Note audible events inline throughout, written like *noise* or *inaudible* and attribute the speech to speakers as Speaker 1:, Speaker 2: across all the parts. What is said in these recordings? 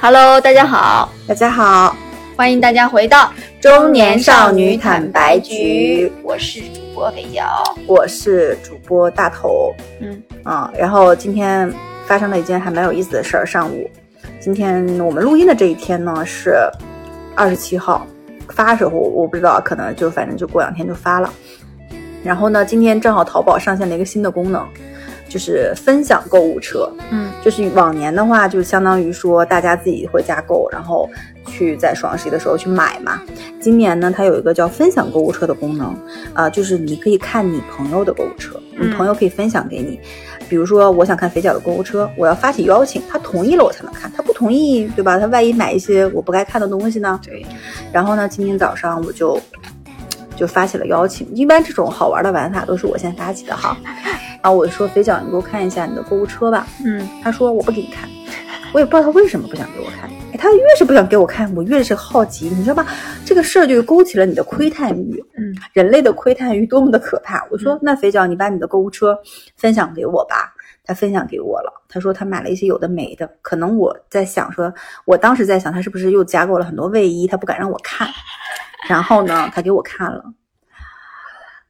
Speaker 1: Hello，大家好，
Speaker 2: 大家好，
Speaker 1: 欢迎大家回到
Speaker 2: 中年少女坦白局，
Speaker 1: 我是主播肥脚。
Speaker 2: 我是主播大头，
Speaker 1: 嗯
Speaker 2: 啊，然后今天发生了一件还蛮有意思的事儿。上午，今天我们录音的这一天呢是二十七号，发的时候我我不知道，可能就反正就过两天就发了。然后呢，今天正好淘宝上线了一个新的功能，就是分享购物车。
Speaker 1: 嗯
Speaker 2: 就是往年的话，就相当于说大家自己回家购，然后去在双十一的时候去买嘛。今年呢，它有一个叫分享购物车的功能，啊、就是你可以看你朋友的购物车，你
Speaker 1: 嗯
Speaker 2: 朋友可以分享给你。比如说，我想看肥脚的购物车，我要发起邀请，他同意了我才能看，他不同意，对吧？他万一买一些我不该看的东西呢？
Speaker 1: 对。
Speaker 2: 然后呢，今天早上我就就发起了邀请。一般这种好玩的玩法都是我先发起的哈。然后我说：“肥脚，你给我看一下你的购物车吧。”
Speaker 1: 嗯
Speaker 2: 他说我不给你看， *laughs* 我也不知道他为什么不想给我看。哎，他越是不想给我看，我越是好奇，你知道吧？这个事儿就勾起了你的窥探欲，
Speaker 1: 嗯
Speaker 2: 人类的窥探欲多么的可怕！我说，
Speaker 1: 嗯
Speaker 2: 那肥脚，你把你的购物车分享给我吧。他分享给我了，他说他买了一些有的没的，可能我在想说，我当时在想他是不是又加购了很多卫衣，他不敢让我看。然后呢，他给我看了，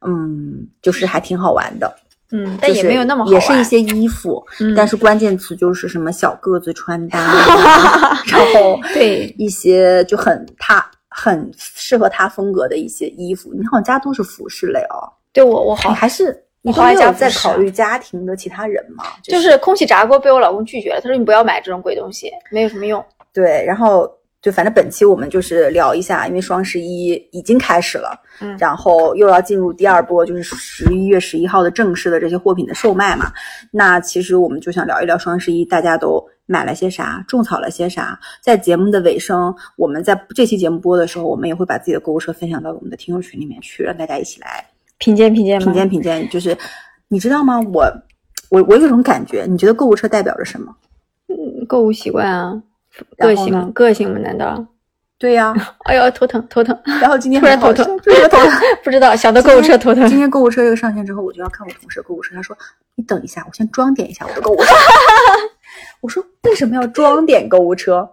Speaker 2: 嗯，就是还挺好玩的，
Speaker 1: 嗯，但也
Speaker 2: 就是
Speaker 1: 没有那么好
Speaker 2: 也是一
Speaker 1: 玩，
Speaker 2: 些衣服，
Speaker 1: 嗯
Speaker 2: 但是关键词就是什么小个子穿搭，
Speaker 1: *laughs*
Speaker 2: 然后
Speaker 1: 对，
Speaker 2: 一些就很他很适合他风格的一些衣服。你看我家都是服饰类哦，
Speaker 1: 对我我
Speaker 2: 你
Speaker 1: 好，
Speaker 2: 还是你
Speaker 1: 我
Speaker 2: 都
Speaker 1: 好爱
Speaker 2: 没
Speaker 1: 家
Speaker 2: 有
Speaker 1: 服
Speaker 2: 在
Speaker 1: 饰
Speaker 2: 考
Speaker 1: 啊
Speaker 2: 虑家庭的其他人吗？
Speaker 1: 就
Speaker 2: 就是
Speaker 1: 是空气炸锅被我老公拒绝了，他说你不要买这种鬼东西，没有什么用。
Speaker 2: 对，然后。就反正本期我们就是聊一下，因为双十一已经开始了，
Speaker 1: 嗯
Speaker 2: 然后又要进入第二波，就是十一月十一号的正式的这些货品的售卖嘛。那其实我们就想聊一聊双十一，大家都买了些啥，种草了些啥。在节目的尾声，我们在这期节目播的时候，我们也会把自己的购物车分享到我们的听友群里面去，让大家一起来
Speaker 1: 品鉴品鉴吗
Speaker 2: 品鉴品鉴。就是你知道吗？我我我有一种感觉，你觉得购物车代表着什么？
Speaker 1: 嗯购物习惯啊，
Speaker 2: 然
Speaker 1: 个
Speaker 2: 后
Speaker 1: 性
Speaker 2: 呢
Speaker 1: 啊个性嘛，难道？
Speaker 2: 对呀、
Speaker 1: 哎呦，头疼头疼，
Speaker 2: 然后今天
Speaker 1: 突然
Speaker 2: 很好
Speaker 1: 头疼
Speaker 2: 笑突然头疼。
Speaker 1: *laughs* 不知道想到购物车头疼
Speaker 2: 今。天购物车这个上线之后，我就要看我同事的购物车，他说：“你等一下，我先装点一下我的购物 *laughs* 车。”我说：“为什么要装点购物车？”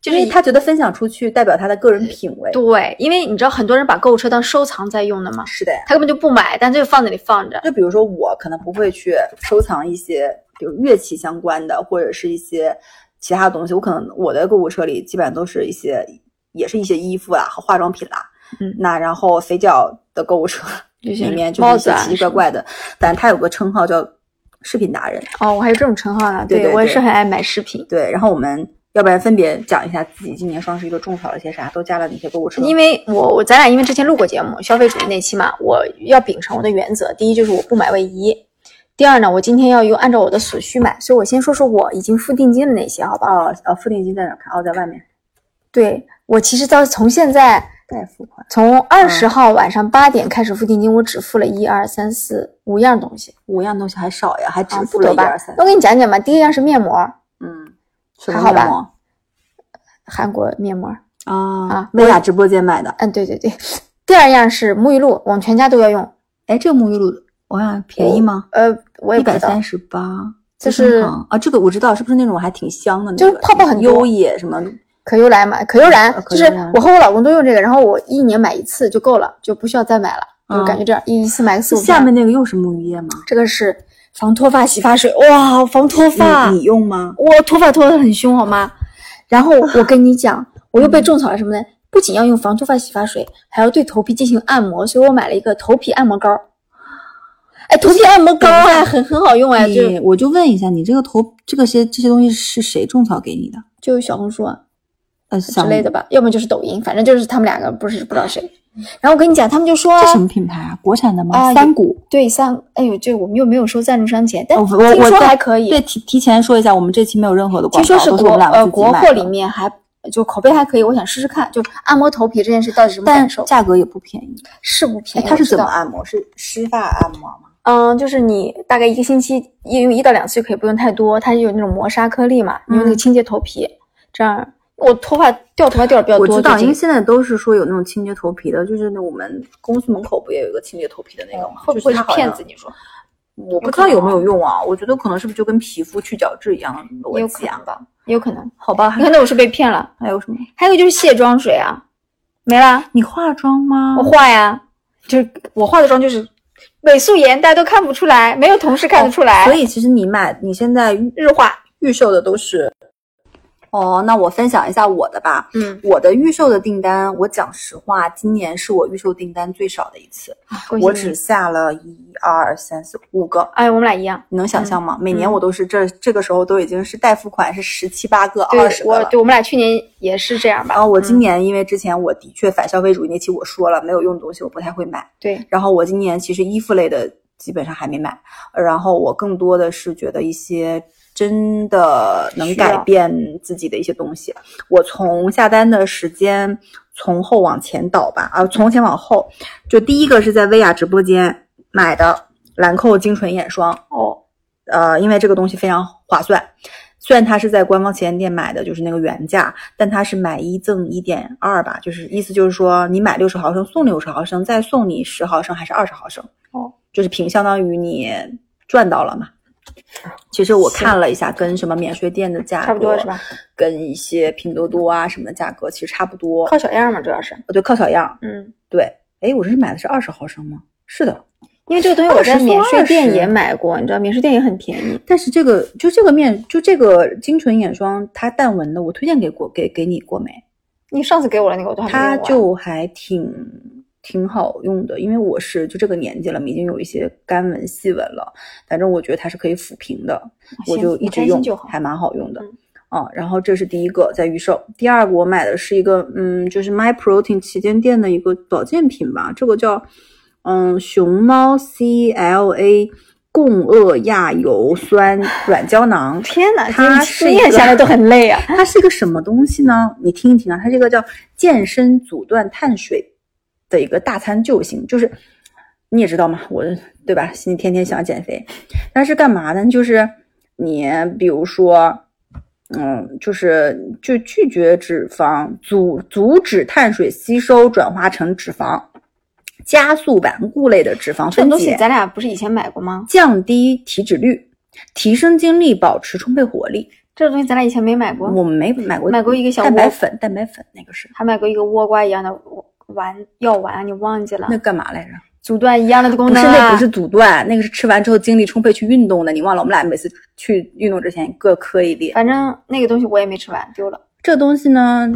Speaker 1: 就是
Speaker 2: 因为他觉得分享出去代表他的个人品味。
Speaker 1: 对，因为你知道很多人把购物车当收藏在用的嘛，
Speaker 2: 是的呀。
Speaker 1: 他根本就不买，但就放那里放着。
Speaker 2: 就比如说我可能不会去收藏一些，比如乐器相关的，或者是一些其他的东西。我可能我的购物车里基本上都是一些，也是一些衣服啦和化妆品啦。
Speaker 1: 嗯
Speaker 2: 那然后肥脚的购物车
Speaker 1: 有些
Speaker 2: 里面就是
Speaker 1: 帽
Speaker 2: 一
Speaker 1: 子
Speaker 2: 些
Speaker 1: 啊
Speaker 2: 奇奇怪怪的，但他有个称号叫饰品达人。
Speaker 1: 哦，我还有这种称号呢。
Speaker 2: 对对
Speaker 1: 我也是
Speaker 2: 对
Speaker 1: 很爱买饰品，
Speaker 2: 对，然后我们要不然分别讲一下自己今年双十一都种草了些啥，都加了哪些购物车？
Speaker 1: 因为我我咱俩因为之前录过节目消费主义那期嘛，我要秉承我的原则，第一就是我不买卫衣，第二呢，我今天要用按照我的所需买，所以我先说说我已经付定金的那些，好吧？
Speaker 2: 哦哦，付定金在哪儿看？哦，在外面
Speaker 1: 对我其实到从现在
Speaker 2: 代付款。
Speaker 1: 从二
Speaker 2: 嗯
Speaker 1: 十号晚上八点开始付定金，我只付了一二三四五样东西
Speaker 2: 五样东西还少呀，还只
Speaker 1: 啊，
Speaker 2: 付
Speaker 1: 不
Speaker 2: 了
Speaker 1: 多
Speaker 2: 一
Speaker 1: 吧
Speaker 2: 二三？。
Speaker 1: 那我给你讲讲吧，第一样是面膜，
Speaker 2: 嗯，什
Speaker 1: 还
Speaker 2: 么
Speaker 1: 好
Speaker 2: 面
Speaker 1: 吧
Speaker 2: 膜
Speaker 1: 韩国面膜，
Speaker 2: 啊
Speaker 1: 啊
Speaker 2: 薇娅直播间买的。
Speaker 1: 嗯，对对 *laughs* 对。第二样是沐浴露，我们全家都要用。
Speaker 2: 哎，这个沐浴露我想便宜吗？
Speaker 1: 呃，我也
Speaker 2: 一
Speaker 1: 不知
Speaker 2: 百
Speaker 1: 道
Speaker 2: 三，十八。
Speaker 1: 就是
Speaker 2: 啊，这个我知道，是不是那种还挺香的那个？
Speaker 1: 就是泡泡很多
Speaker 2: 优野什么？
Speaker 1: 可悠兰啊嘛，可悠兰
Speaker 2: 嗯可
Speaker 1: 就
Speaker 2: 悠
Speaker 1: 是
Speaker 2: 兰
Speaker 1: 我和我老公都用这个，然后我一年买一次就够了，就不需要再买了，就
Speaker 2: 嗯
Speaker 1: 感觉这样一一次买个四五
Speaker 2: 下
Speaker 1: 片
Speaker 2: 面那个又是沐浴液吗？
Speaker 1: 这个是防脱发洗发水，哇，防脱发，
Speaker 2: 你你用吗？
Speaker 1: 我脱发脱得很凶，好吗？然后 *laughs* 我跟你讲，我又被种草了什么呢？不仅要用防脱发洗发水，还要对头皮进行按摩，所以我买了一个头皮按摩膏。哎，头皮按摩膏哎，很很好用哎，就
Speaker 2: 你我就问一下，你这个头这个些这些东西是谁种草给你的？
Speaker 1: 就小红书啊，
Speaker 2: 呃，
Speaker 1: 之
Speaker 2: 想
Speaker 1: 类的吧，要么就是抖音，反正就是他们两个不是不知道谁。然后我跟你讲，他们就说
Speaker 2: 这什么品牌啊？国产的吗？
Speaker 1: 啊
Speaker 2: 三谷。哦
Speaker 1: 对三，哎呦，这我们又没有收赞助商钱，但
Speaker 2: 我
Speaker 1: 听
Speaker 2: 我我
Speaker 1: 说
Speaker 2: 在
Speaker 1: 还可以，
Speaker 2: 对，提提前说一下，我们这期没有任何的广
Speaker 1: 听说
Speaker 2: 告，
Speaker 1: 是
Speaker 2: 都是我
Speaker 1: 国
Speaker 2: 们两个
Speaker 1: 呃
Speaker 2: 自己
Speaker 1: 国
Speaker 2: 买
Speaker 1: 货
Speaker 2: 的
Speaker 1: 里面还就口碑还可以，我想试试看，就按摩头皮这件事到底什么
Speaker 2: 但
Speaker 1: 感受？
Speaker 2: 价格也不便宜。
Speaker 1: 是不
Speaker 2: 哎
Speaker 1: 便宜，
Speaker 2: 它是
Speaker 1: 我知
Speaker 2: 怎么
Speaker 1: 道？啊
Speaker 2: 按摩？是湿发按摩吗？
Speaker 1: 嗯，就是你大概一个星期也用一到两次就可以，不用太多，它有那种磨砂颗粒嘛，你用那个
Speaker 2: 嗯
Speaker 1: 清洁头皮，这样我头发掉头发掉的比较
Speaker 2: 我
Speaker 1: 多，
Speaker 2: 知道，
Speaker 1: 最
Speaker 2: 因为
Speaker 1: 近
Speaker 2: 现在都是说有那种清洁头皮的，就是那我们公司门口不也有一个清洁头皮的那个吗？
Speaker 1: 会不会
Speaker 2: 就是它好像
Speaker 1: 骗子？？你说
Speaker 2: 我
Speaker 1: 有
Speaker 2: 不知
Speaker 1: 可
Speaker 2: 道有啊
Speaker 1: 能
Speaker 2: 没有用啊？我觉得可能是不是就跟皮肤去角质一样的
Speaker 1: 也有
Speaker 2: 逻
Speaker 1: 可
Speaker 2: 辑啊
Speaker 1: 能？吧？也有可能。
Speaker 2: 好 *laughs* 吧
Speaker 1: 你，看，那我是被骗了。
Speaker 2: 还有什么？
Speaker 1: 还有一个就是卸妆水啊，没啦，
Speaker 2: 你化妆吗？
Speaker 1: 我化呀，就是我化的妆就是伪素颜，大家都看不出来，没有同事看得出来。
Speaker 2: 所以其实你买你现在预
Speaker 1: 日化，
Speaker 2: 预售的都是。哦，那我分享一下我的吧。
Speaker 1: 嗯，
Speaker 2: 我的预售的订单，我讲实话，今年是我预售订单最少的一次，
Speaker 1: 啊
Speaker 2: 我只下了一二三四五个。
Speaker 1: 哎，我们俩一样。
Speaker 2: 你能想象
Speaker 1: 嗯
Speaker 2: 吗？每年我都是这这个时候都已经是贷付款是十七八个、
Speaker 1: 对
Speaker 2: 二十个
Speaker 1: 我嗯
Speaker 2: 了。
Speaker 1: 对我们俩去年也是这样吧。
Speaker 2: 然后我今年因为之前我的确反消费主义那期我说了，没有用的东西我不太会买。
Speaker 1: 对，
Speaker 2: 然后我今年其实衣服类的基本上还没买，呃然后我更多的是觉得一些真的能
Speaker 1: 需要
Speaker 2: 改变自己的一些东西。我从下单的时间从后往前倒吧，啊，从前往后，就第一个是在薇娅直播间买的兰蔻精纯眼霜，
Speaker 1: 哦，
Speaker 2: 呃，因为这个东西非常划算。虽然它是在官方旗舰店买的，就是那个原价，但它是买一赠一点二吧，就是意思就是说你买六十毫升送六十毫升，再送你十毫升还是二十毫升，
Speaker 1: 哦，
Speaker 2: 就是平相当于你赚到了嘛。其实我
Speaker 1: 行
Speaker 2: 看了一下，跟什么免税店的价格
Speaker 1: 差不多是吧？
Speaker 2: 跟一些拼多多啊什么的价格其实差不多，
Speaker 1: 靠小样嘛，主要是。
Speaker 2: 对，靠小样儿。
Speaker 1: 嗯，
Speaker 2: 对，哎，我这是买的是二十毫升吗？是的，
Speaker 1: 因为这个东西我在
Speaker 2: 20送
Speaker 1: 免税
Speaker 2: 20
Speaker 1: 店也买过，你知道，免税店也很便宜。
Speaker 2: 但是这个就这个面就这个精纯眼霜，它淡纹的，我推荐给国给给你国美，
Speaker 1: 你上次给我了那个，我都还没
Speaker 2: 它
Speaker 1: 用完啊
Speaker 2: 就还挺挺好用的。因为我是就这个年纪了，已经有一些干纹细纹了，反正我觉得它是可以抚平的，我
Speaker 1: 行
Speaker 2: 就一直
Speaker 1: 啊开心
Speaker 2: 用，
Speaker 1: 就好
Speaker 2: 还蛮好用的。
Speaker 1: 嗯
Speaker 2: 啊，然后这是第一个在预售，第二个我买的是一个，嗯，就是 My Protein 旗舰店的一个保健品吧，这个叫，嗯，熊猫 CLA 共轭亚油酸软胶囊，
Speaker 1: 天哪，
Speaker 2: 它
Speaker 1: 今
Speaker 2: 是一
Speaker 1: 天
Speaker 2: 个
Speaker 1: 下来都很累啊。
Speaker 2: 它是一个什么东西呢？你听一听啊，它这个叫健身阻断碳水的一个大餐救星，就是你也知道嘛，我对吧？心里天天想减肥，但是干嘛呢？就是你比如说，嗯，就是就拒绝脂肪，阻阻止碳水吸收转化成脂肪，加速顽固类的脂肪
Speaker 1: 这种
Speaker 2: 分
Speaker 1: 东西
Speaker 2: 解，
Speaker 1: 咱俩不是以前买过吗？
Speaker 2: 降低体脂率，提升精力，保持充沛活力。
Speaker 1: 这种东西咱俩以前没买过，
Speaker 2: 我们没买过，
Speaker 1: 买过一个小
Speaker 2: 蛋白
Speaker 1: 窝
Speaker 2: 粉，蛋白粉那个是
Speaker 1: 还买过一个倭瓜一样的丸药丸，啊你忘记了？
Speaker 2: 那干嘛来着？
Speaker 1: 阻断一样的
Speaker 2: 不
Speaker 1: 功
Speaker 2: 是，
Speaker 1: 能、啊、
Speaker 2: 那不是阻断，那个是吃完之后精力充沛去运动的。你忘了我们俩每次去运动之前各磕一粒。
Speaker 1: 反正那个东西我也没吃完，丢了。
Speaker 2: 这东西呢，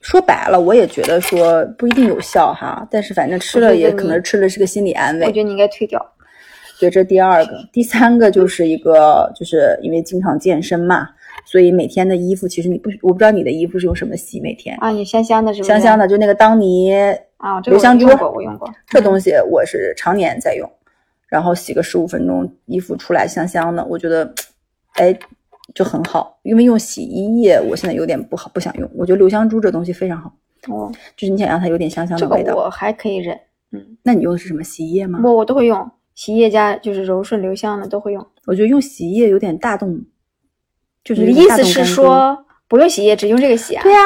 Speaker 2: 说白了，我也觉得说不一定有效哈，但是反正吃
Speaker 1: 我
Speaker 2: 了
Speaker 1: 觉得
Speaker 2: 也
Speaker 1: 你
Speaker 2: 可能吃了是个心理安
Speaker 1: 我
Speaker 2: 慰。
Speaker 1: 觉得你应该退掉。
Speaker 2: 对，这是第二个，第三个就是一个，就是因为经常健身嘛，所以每天的衣服其实你不，我不知道你的衣服是用什么洗，每天
Speaker 1: 啊，你香香的是不是？
Speaker 2: 香香的，就那个当妮
Speaker 1: 啊，这个
Speaker 2: 留香
Speaker 1: 我
Speaker 2: 珠
Speaker 1: 用过，我用过。
Speaker 2: 这东西我是常年在用，然后洗个十五分钟，衣服出来香香的，我觉得，哎，就很好。因为用洗衣液，我现在有点不好不想用。我觉得留香珠这东西非常好，
Speaker 1: 哦，
Speaker 2: 就是你想让它有点香香
Speaker 1: 这
Speaker 2: 的
Speaker 1: 个
Speaker 2: 味道。
Speaker 1: 我还可以忍，
Speaker 2: 那你用的是什么洗衣液吗？
Speaker 1: 我我都会用，洗衣液加就是柔顺留香的都会用。
Speaker 2: 我觉得用洗衣液有点大动，就是
Speaker 1: 你的
Speaker 2: 有点
Speaker 1: 意
Speaker 2: 大
Speaker 1: 思
Speaker 2: 动
Speaker 1: 是
Speaker 2: 干戈？
Speaker 1: 说不用洗衣液，只用这个洗啊？
Speaker 2: 对呀、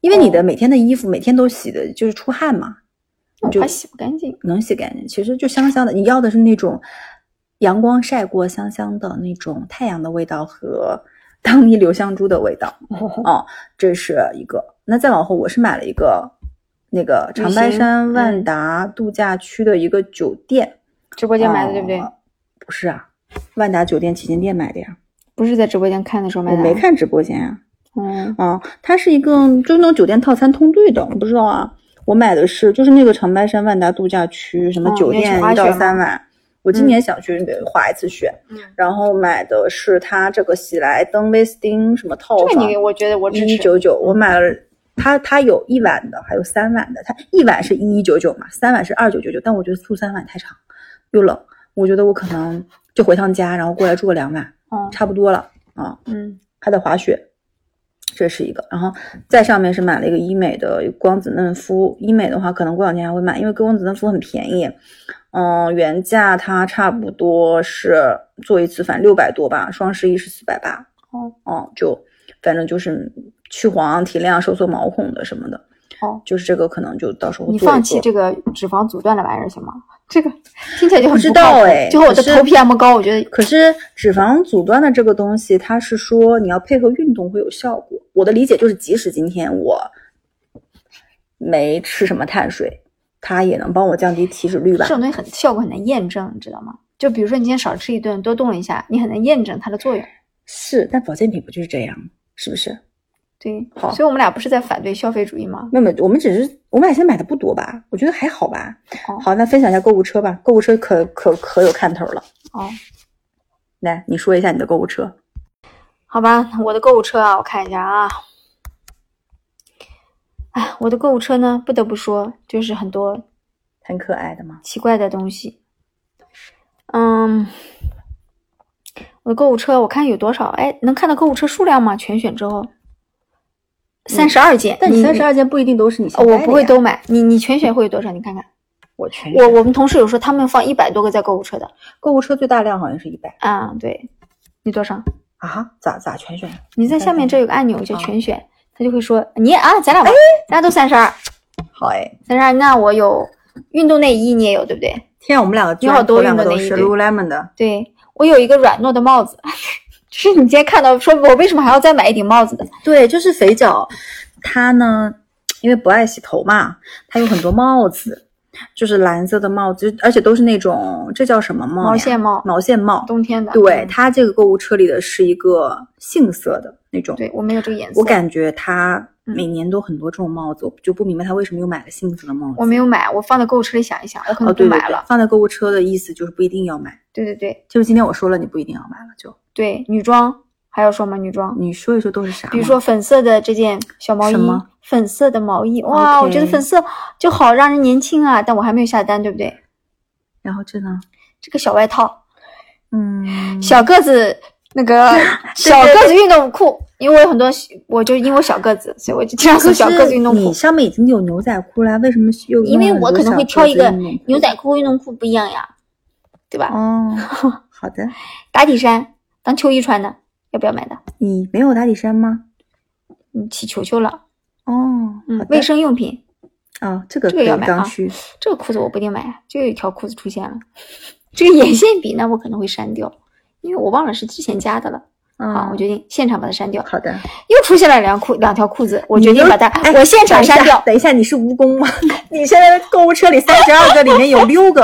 Speaker 2: 因为你的每天的衣服每天都洗的就是出汗嘛，
Speaker 1: 那
Speaker 2: 就
Speaker 1: 我怕洗不干净。
Speaker 2: 能洗干净。其实就香香的，你要的是那种阳光晒过香香的那种太阳的味道和 *laughs* 当妮留香珠的味
Speaker 1: *laughs*
Speaker 2: 道。哦，这是一个。那再往后，我是买了一个那个长白
Speaker 1: 旅行
Speaker 2: 山万
Speaker 1: 嗯
Speaker 2: 达度假区的一个酒店，
Speaker 1: 直播间买的对不对？
Speaker 2: 呃不是啊，万达酒店旗舰店买的呀，
Speaker 1: 不是在直播间看的时候买
Speaker 2: 我
Speaker 1: 的。啊
Speaker 2: 没。看直播间啊。
Speaker 1: 嗯，
Speaker 2: 啊，它是一个就是那种酒店套餐通兑的，我不知道啊。我买的是就是那个长白山万达度假区，什么
Speaker 1: 哦
Speaker 2: 酒
Speaker 1: 你也去
Speaker 2: 店
Speaker 1: 滑
Speaker 2: 一到
Speaker 1: 雪吗
Speaker 2: 三晚。我今
Speaker 1: 嗯
Speaker 2: 年想去滑一次雪，
Speaker 1: 嗯
Speaker 2: 然后买的是它这个喜来登威斯汀什么套
Speaker 1: 这个
Speaker 2: 房
Speaker 1: 你，我觉得我支
Speaker 2: 哦一一
Speaker 1: 持。嗯
Speaker 2: 九九，我买了。它它有一晚的，还有三晚的。它一晚是一一九九嘛，三晚是二九九九。但我觉得住三晚太长，又冷，我觉得我可能就回趟家，然后过来住个两晚，
Speaker 1: 嗯
Speaker 2: 差不多了啊。
Speaker 1: 嗯，
Speaker 2: 还得滑雪，这是一个。然后在上面是买了一个医美的光子嫩肤，医美的话可能过两天还会买，因为光子嫩肤很便宜，嗯，原价它差不多是做一次反六百多吧，双十一是四百八，嗯
Speaker 1: 哦
Speaker 2: 哦，就反正就是去黄提亮、收缩毛孔的什么的。
Speaker 1: 哦，
Speaker 2: 就是这个可能就到时候
Speaker 1: 你
Speaker 2: 做一
Speaker 1: 放弃
Speaker 2: 做
Speaker 1: 这个脂肪阻断的玩意儿行吗？这个听起来就很
Speaker 2: 不知
Speaker 1: 不靠
Speaker 2: 道
Speaker 1: 谱
Speaker 2: 哎
Speaker 1: 就和我的
Speaker 2: 可是
Speaker 1: 头皮 M 膏，我觉得
Speaker 2: 可是脂肪阻断的这个东西，它是说你要配合运动会有效果。我的理解就是，即使今天我没吃什么碳水，它也能帮我降低体脂率吧
Speaker 1: 这？种东西很效果很难验证，你知道吗？就比如说你今天少吃一顿，多动了一下，你很难验证它的作用。
Speaker 2: 是，但保健品不就是这样，是不是？
Speaker 1: 对，
Speaker 2: 好
Speaker 1: 所以我们俩不是在反对消费主义吗？
Speaker 2: 那么我们只是我们俩现在买的不多吧？我觉得还好吧。
Speaker 1: 哦
Speaker 2: 好，那分享一下购物车吧，购物车可可可有看头了。
Speaker 1: 哦，
Speaker 2: 来，你说一下你的购物车。
Speaker 1: 好吧，我的购物车啊，我看一下啊。哎，我的购物车呢，不得不说，就是很多
Speaker 2: 很可爱的吗？
Speaker 1: 奇怪的东西。嗯，我的购物车我看有多少？哎，能看到购物车数量吗？全选之后，三十二件。
Speaker 2: 但嗯你
Speaker 1: 你
Speaker 2: 三十，二件不一定都是你
Speaker 1: 哦
Speaker 2: 现
Speaker 1: 我
Speaker 2: 在
Speaker 1: 不
Speaker 2: 的
Speaker 1: 会
Speaker 2: 呀，
Speaker 1: 都买。你你全选会有多少？你看看。
Speaker 2: 我全
Speaker 1: 我
Speaker 2: 我
Speaker 1: 我们同事有说他们放一百多个在购物车的。
Speaker 2: 购物车最大量好像是一百
Speaker 1: 啊、对，你多少？
Speaker 2: 啊？咋咋全选？
Speaker 1: 你在下面这有个按钮
Speaker 2: 嗯
Speaker 1: 叫全选，他就会说你也啊，咱俩吧，
Speaker 2: 哎
Speaker 1: 咱俩都三十二，
Speaker 2: 好哎，
Speaker 1: 三十二。那我有运动内衣，你也有对不对？
Speaker 2: 天啊，我们两个居
Speaker 1: 有好
Speaker 2: 然
Speaker 1: 多
Speaker 2: 头两
Speaker 1: 运
Speaker 2: 个
Speaker 1: 动
Speaker 2: 都
Speaker 1: 内衣
Speaker 2: 是
Speaker 1: 对
Speaker 2: Lululemon 的，
Speaker 1: 对我有一个软糯的帽子， *laughs* 就是你今天看到说我为什么还要再买一顶帽子的？
Speaker 2: 对，就是肥脚，他呢，因为不爱洗头嘛，他有很多帽子，就是蓝色的帽子，就而且都是那种这叫什么帽呀？
Speaker 1: 毛线帽，
Speaker 2: 毛线帽。
Speaker 1: 冬天的。
Speaker 2: 对，
Speaker 1: 嗯
Speaker 2: 他这个购物车里的是一个杏色的那种，
Speaker 1: 对我没有这个颜色，
Speaker 2: 我感觉他
Speaker 1: 嗯
Speaker 2: 每年都很多这种帽子，我就不明白他为什么又买了杏色的帽子。
Speaker 1: 我没有买，我放在购物车里想一想，我可
Speaker 2: 哦，
Speaker 1: 能不
Speaker 2: 对对
Speaker 1: 买
Speaker 2: 对
Speaker 1: 了，。
Speaker 2: 放在购物车的意思就是不一定要买，
Speaker 1: 对对对
Speaker 2: 就是今天我说了你不一定要买了，就
Speaker 1: 对，女装还要说吗？女装。
Speaker 2: 你说一说都是啥嘛？
Speaker 1: 比如说粉色的这件小毛衣
Speaker 2: 什么，
Speaker 1: 粉色的毛衣，哇
Speaker 2: OK
Speaker 1: 我觉得粉色就好让人年轻啊！但我还没有下单，对不对？
Speaker 2: 然后这呢？
Speaker 1: 这个小外套，
Speaker 2: 嗯，
Speaker 1: 小个子那
Speaker 2: *laughs*
Speaker 1: 个 *laughs* 小个子运动裤，因为我有很多，我就因为我小个子，所以我就经常
Speaker 2: 可
Speaker 1: 送
Speaker 2: 是
Speaker 1: 小个子运动
Speaker 2: 你
Speaker 1: 裤。
Speaker 2: 上面已经有牛仔裤啦，为什么又
Speaker 1: 因为我可能会挑一个牛仔
Speaker 2: 裤？
Speaker 1: 裤、运动裤不一样呀，对吧？*laughs*
Speaker 2: *laughs* 哦，好的，
Speaker 1: 打底衫当秋衣穿的，要不要买的？
Speaker 2: 你没有打底衫吗？
Speaker 1: 嗯，起球球了。
Speaker 2: 哦，好
Speaker 1: 嗯，
Speaker 2: 的
Speaker 1: 卫生用品，
Speaker 2: 啊，这个
Speaker 1: 这
Speaker 2: 可
Speaker 1: 个
Speaker 2: 以
Speaker 1: 要买
Speaker 2: 刚
Speaker 1: 啊
Speaker 2: 需。
Speaker 1: 这个裤子我不一定买，啊就有一条裤子出现了。这个眼线笔呢，我可能会删掉，因为我忘了是之前加的了。好，
Speaker 2: 啊
Speaker 1: 我决定现场把它删掉。
Speaker 2: 好的，
Speaker 1: 又出现了两裤两条裤子，我
Speaker 2: 你
Speaker 1: 决定
Speaker 2: 又
Speaker 1: 把它，
Speaker 2: 哎
Speaker 1: 我现场删掉。
Speaker 2: 等一下，等一下你是蜈蚣吗？ *laughs* 你现在购物车里三十二个里面有六个，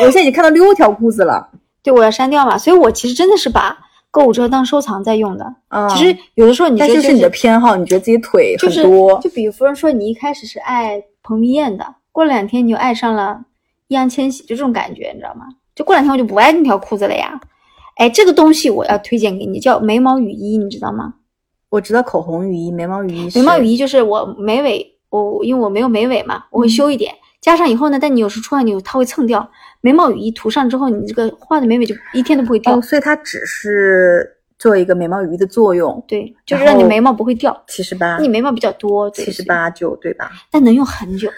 Speaker 2: 我现在已经看到六条裤子了。
Speaker 1: 对，我要删掉嘛。所以我其实真的是把购物车当收藏在用的。
Speaker 2: 啊，
Speaker 1: 其实有的时候你觉
Speaker 2: 但
Speaker 1: 得
Speaker 2: 是
Speaker 1: 就是
Speaker 2: 你的偏好，你觉得自己腿
Speaker 1: 就
Speaker 2: 很
Speaker 1: 是
Speaker 2: 多，
Speaker 1: 就比如说你一开始是爱彭于晏的，过了两天你就爱上了易烊千玺，就这种感觉，你知道吗？就过两天我就不爱那条裤子了呀。哎，这个东西我要推荐给你，叫眉毛雨衣，你知道吗？
Speaker 2: 我知道口红雨衣、眉毛雨衣是、
Speaker 1: 眉毛雨衣就是我眉尾，我因为我没有眉尾嘛，我
Speaker 2: 嗯
Speaker 1: 会修一点，加上以后呢，但你有时候出汗，你它会蹭掉。眉毛雨衣涂上之后，你这个画的眉尾就一天都不会掉。
Speaker 2: 哦，所以它只是做一个眉毛雨衣的作用，
Speaker 1: 对，就是
Speaker 2: 然
Speaker 1: 让你
Speaker 2: 后
Speaker 1: 眉毛不会掉。
Speaker 2: 七十八
Speaker 1: 你，眉毛比较多，对
Speaker 2: 七十，八九对吧？
Speaker 1: 但能用很久。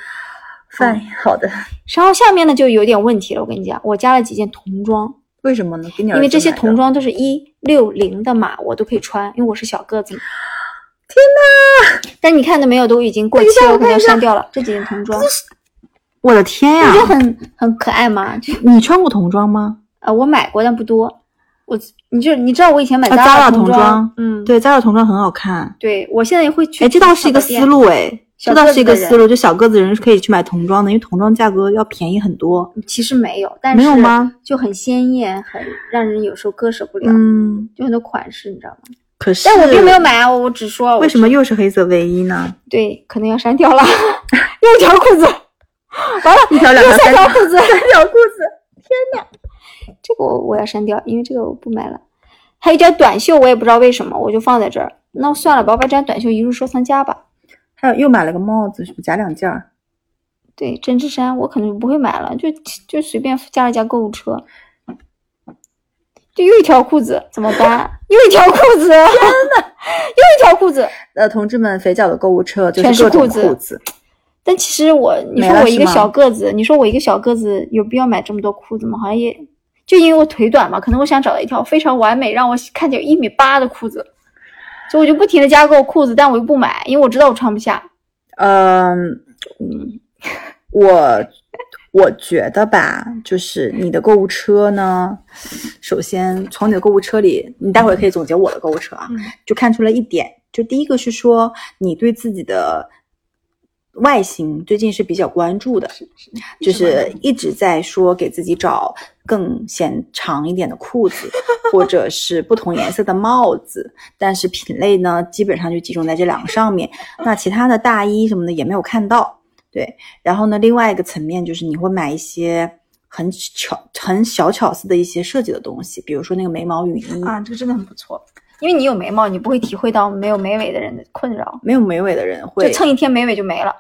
Speaker 2: 饭好的，
Speaker 1: 然后下面呢就有点问题了，我跟你讲，我加了几件童装，
Speaker 2: 为什么呢？给你儿
Speaker 1: 因为
Speaker 2: 子
Speaker 1: 这些
Speaker 2: 买的
Speaker 1: 童装都是一六零的码，我都可以穿，因为我是小个子嘛。天哪！但你看到没有，都已经过期了，我可能要删掉了这几件童装。
Speaker 2: 我的天呀、
Speaker 1: 你觉得很很可爱吗？就
Speaker 2: 你穿过童装吗？
Speaker 1: 呃，我买过，但不多。我你就你知道我以前买
Speaker 2: 啊
Speaker 1: Zara
Speaker 2: ，Zara 童
Speaker 1: 装
Speaker 2: 装，
Speaker 1: 嗯，
Speaker 2: 对，扎的童装很好看。
Speaker 1: 对，我现在也会去。
Speaker 2: 哎，这倒是一个思。路哎，
Speaker 1: 小
Speaker 2: 这
Speaker 1: 个子的
Speaker 2: 倒
Speaker 1: 人
Speaker 2: 是一个思路，就小个子人是可以去买童装的，因为童装价格要便宜很多。
Speaker 1: 其实没有，但是
Speaker 2: 没有吗？
Speaker 1: 就很鲜艳，很让人有时候割舍不了，
Speaker 2: 嗯，
Speaker 1: 就很多款式，你知道吗？
Speaker 2: 可是
Speaker 1: 但我并没有买啊，我我只说
Speaker 2: 为
Speaker 1: 我
Speaker 2: 什么又是黑色卫衣呢？
Speaker 1: 对，可能要删掉了， *laughs* 又一条裤子，完了，
Speaker 2: 一条、
Speaker 1: *laughs*
Speaker 2: 两
Speaker 1: 又
Speaker 2: 条、
Speaker 1: 三
Speaker 2: 三
Speaker 1: 条
Speaker 2: 条、
Speaker 1: 裤子，
Speaker 2: 三条裤子。
Speaker 1: 这个我我要删掉，因为这个我不买了。还有一条短袖，我也不知道为什么，我就放在这儿。那算了吧，我把这条短袖一入收藏夹吧。
Speaker 2: 还有又买了个帽子，是不是夹两件儿？
Speaker 1: 对，针织衫我可能不会买了，就就随便加了一加购物车。就又一条裤子怎么办？又一条裤子，天呐，又一条裤子。
Speaker 2: 呃，同志们，肥脚的购物车就
Speaker 1: 全是
Speaker 2: 各种
Speaker 1: 裤子
Speaker 2: 裤子，
Speaker 1: 但其实我，你
Speaker 2: 没
Speaker 1: 说
Speaker 2: 了
Speaker 1: 我一
Speaker 2: 是
Speaker 1: 个
Speaker 2: 吗
Speaker 1: 小个子，你说我一个小个子有必要买这么多裤子吗？好像也就因为我腿短嘛，可能我想找到一条非常完美让我看起来一米八的裤子，所以我就不停的加购裤子，但我又不买，因为我知道我穿不下。
Speaker 2: 嗯嗯，我我觉得吧，就是你的购物车呢，首先从你的购物车里，你待会儿可以总结我的购物车啊，
Speaker 1: 嗯
Speaker 2: 就看出来一点，就第一个是说你对自己的外形最近是比较关注的，就是一直在说给自己找更显长一点的裤子，或者是不同颜色的帽子，但是品类呢基本上就集中在这两个上面，那其他的大衣什么的也没有看到。对，然后呢，另外一个层面就是你会买一些很巧、很小巧思的一些设计的东西，比如说那个眉毛雨衣，
Speaker 1: 啊，这个真的很不错，因为你有眉毛，你不会体会到没有眉尾的人的困扰，
Speaker 2: 没有眉尾的人
Speaker 1: 就
Speaker 2: 会
Speaker 1: 蹭一天眉尾就没了。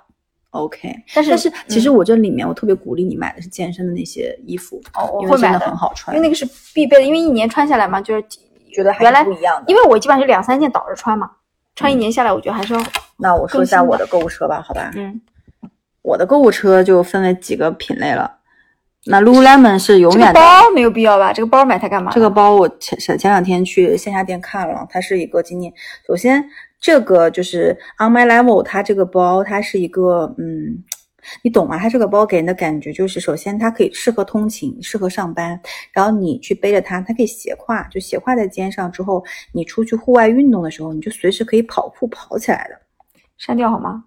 Speaker 2: OK。
Speaker 1: 但是
Speaker 2: 但是其实
Speaker 1: 嗯
Speaker 2: 我这里面我特别鼓励你买的是健身的那些衣服，
Speaker 1: 哦，我
Speaker 2: 因
Speaker 1: 会
Speaker 2: 为真
Speaker 1: 买
Speaker 2: 的
Speaker 1: 的，
Speaker 2: 很好
Speaker 1: 因
Speaker 2: 穿
Speaker 1: 为，那个是必备的，因为一年穿下来嘛，就是
Speaker 2: 觉得还
Speaker 1: 原来
Speaker 2: 是不一样的。嗯
Speaker 1: 因为我基本上就两三件倒着穿嘛，穿一年下来，我觉得还是要
Speaker 2: 那我说一下
Speaker 1: 更新
Speaker 2: 我
Speaker 1: 的
Speaker 2: 的购物车吧，好吧？
Speaker 1: 嗯，
Speaker 2: 我的购物车就分为几个品类了。那 Lululemon 是永
Speaker 1: 这个
Speaker 2: 远的。
Speaker 1: 包啊没有必要吧？这个包买它干嘛？
Speaker 2: 这个包我前前前两天去线下店看了，它是一个今年首先这个就是 On My Level，它这个包它是一个嗯，你懂吗？它这个包给人的感觉就是，首先它可以适合通勤，适合上班，然后你去背着它，它可以斜挎，就斜挎在肩上之后，你出去户外运动的时候，你就随时可以跑酷跑起来的。
Speaker 1: 删掉好吗？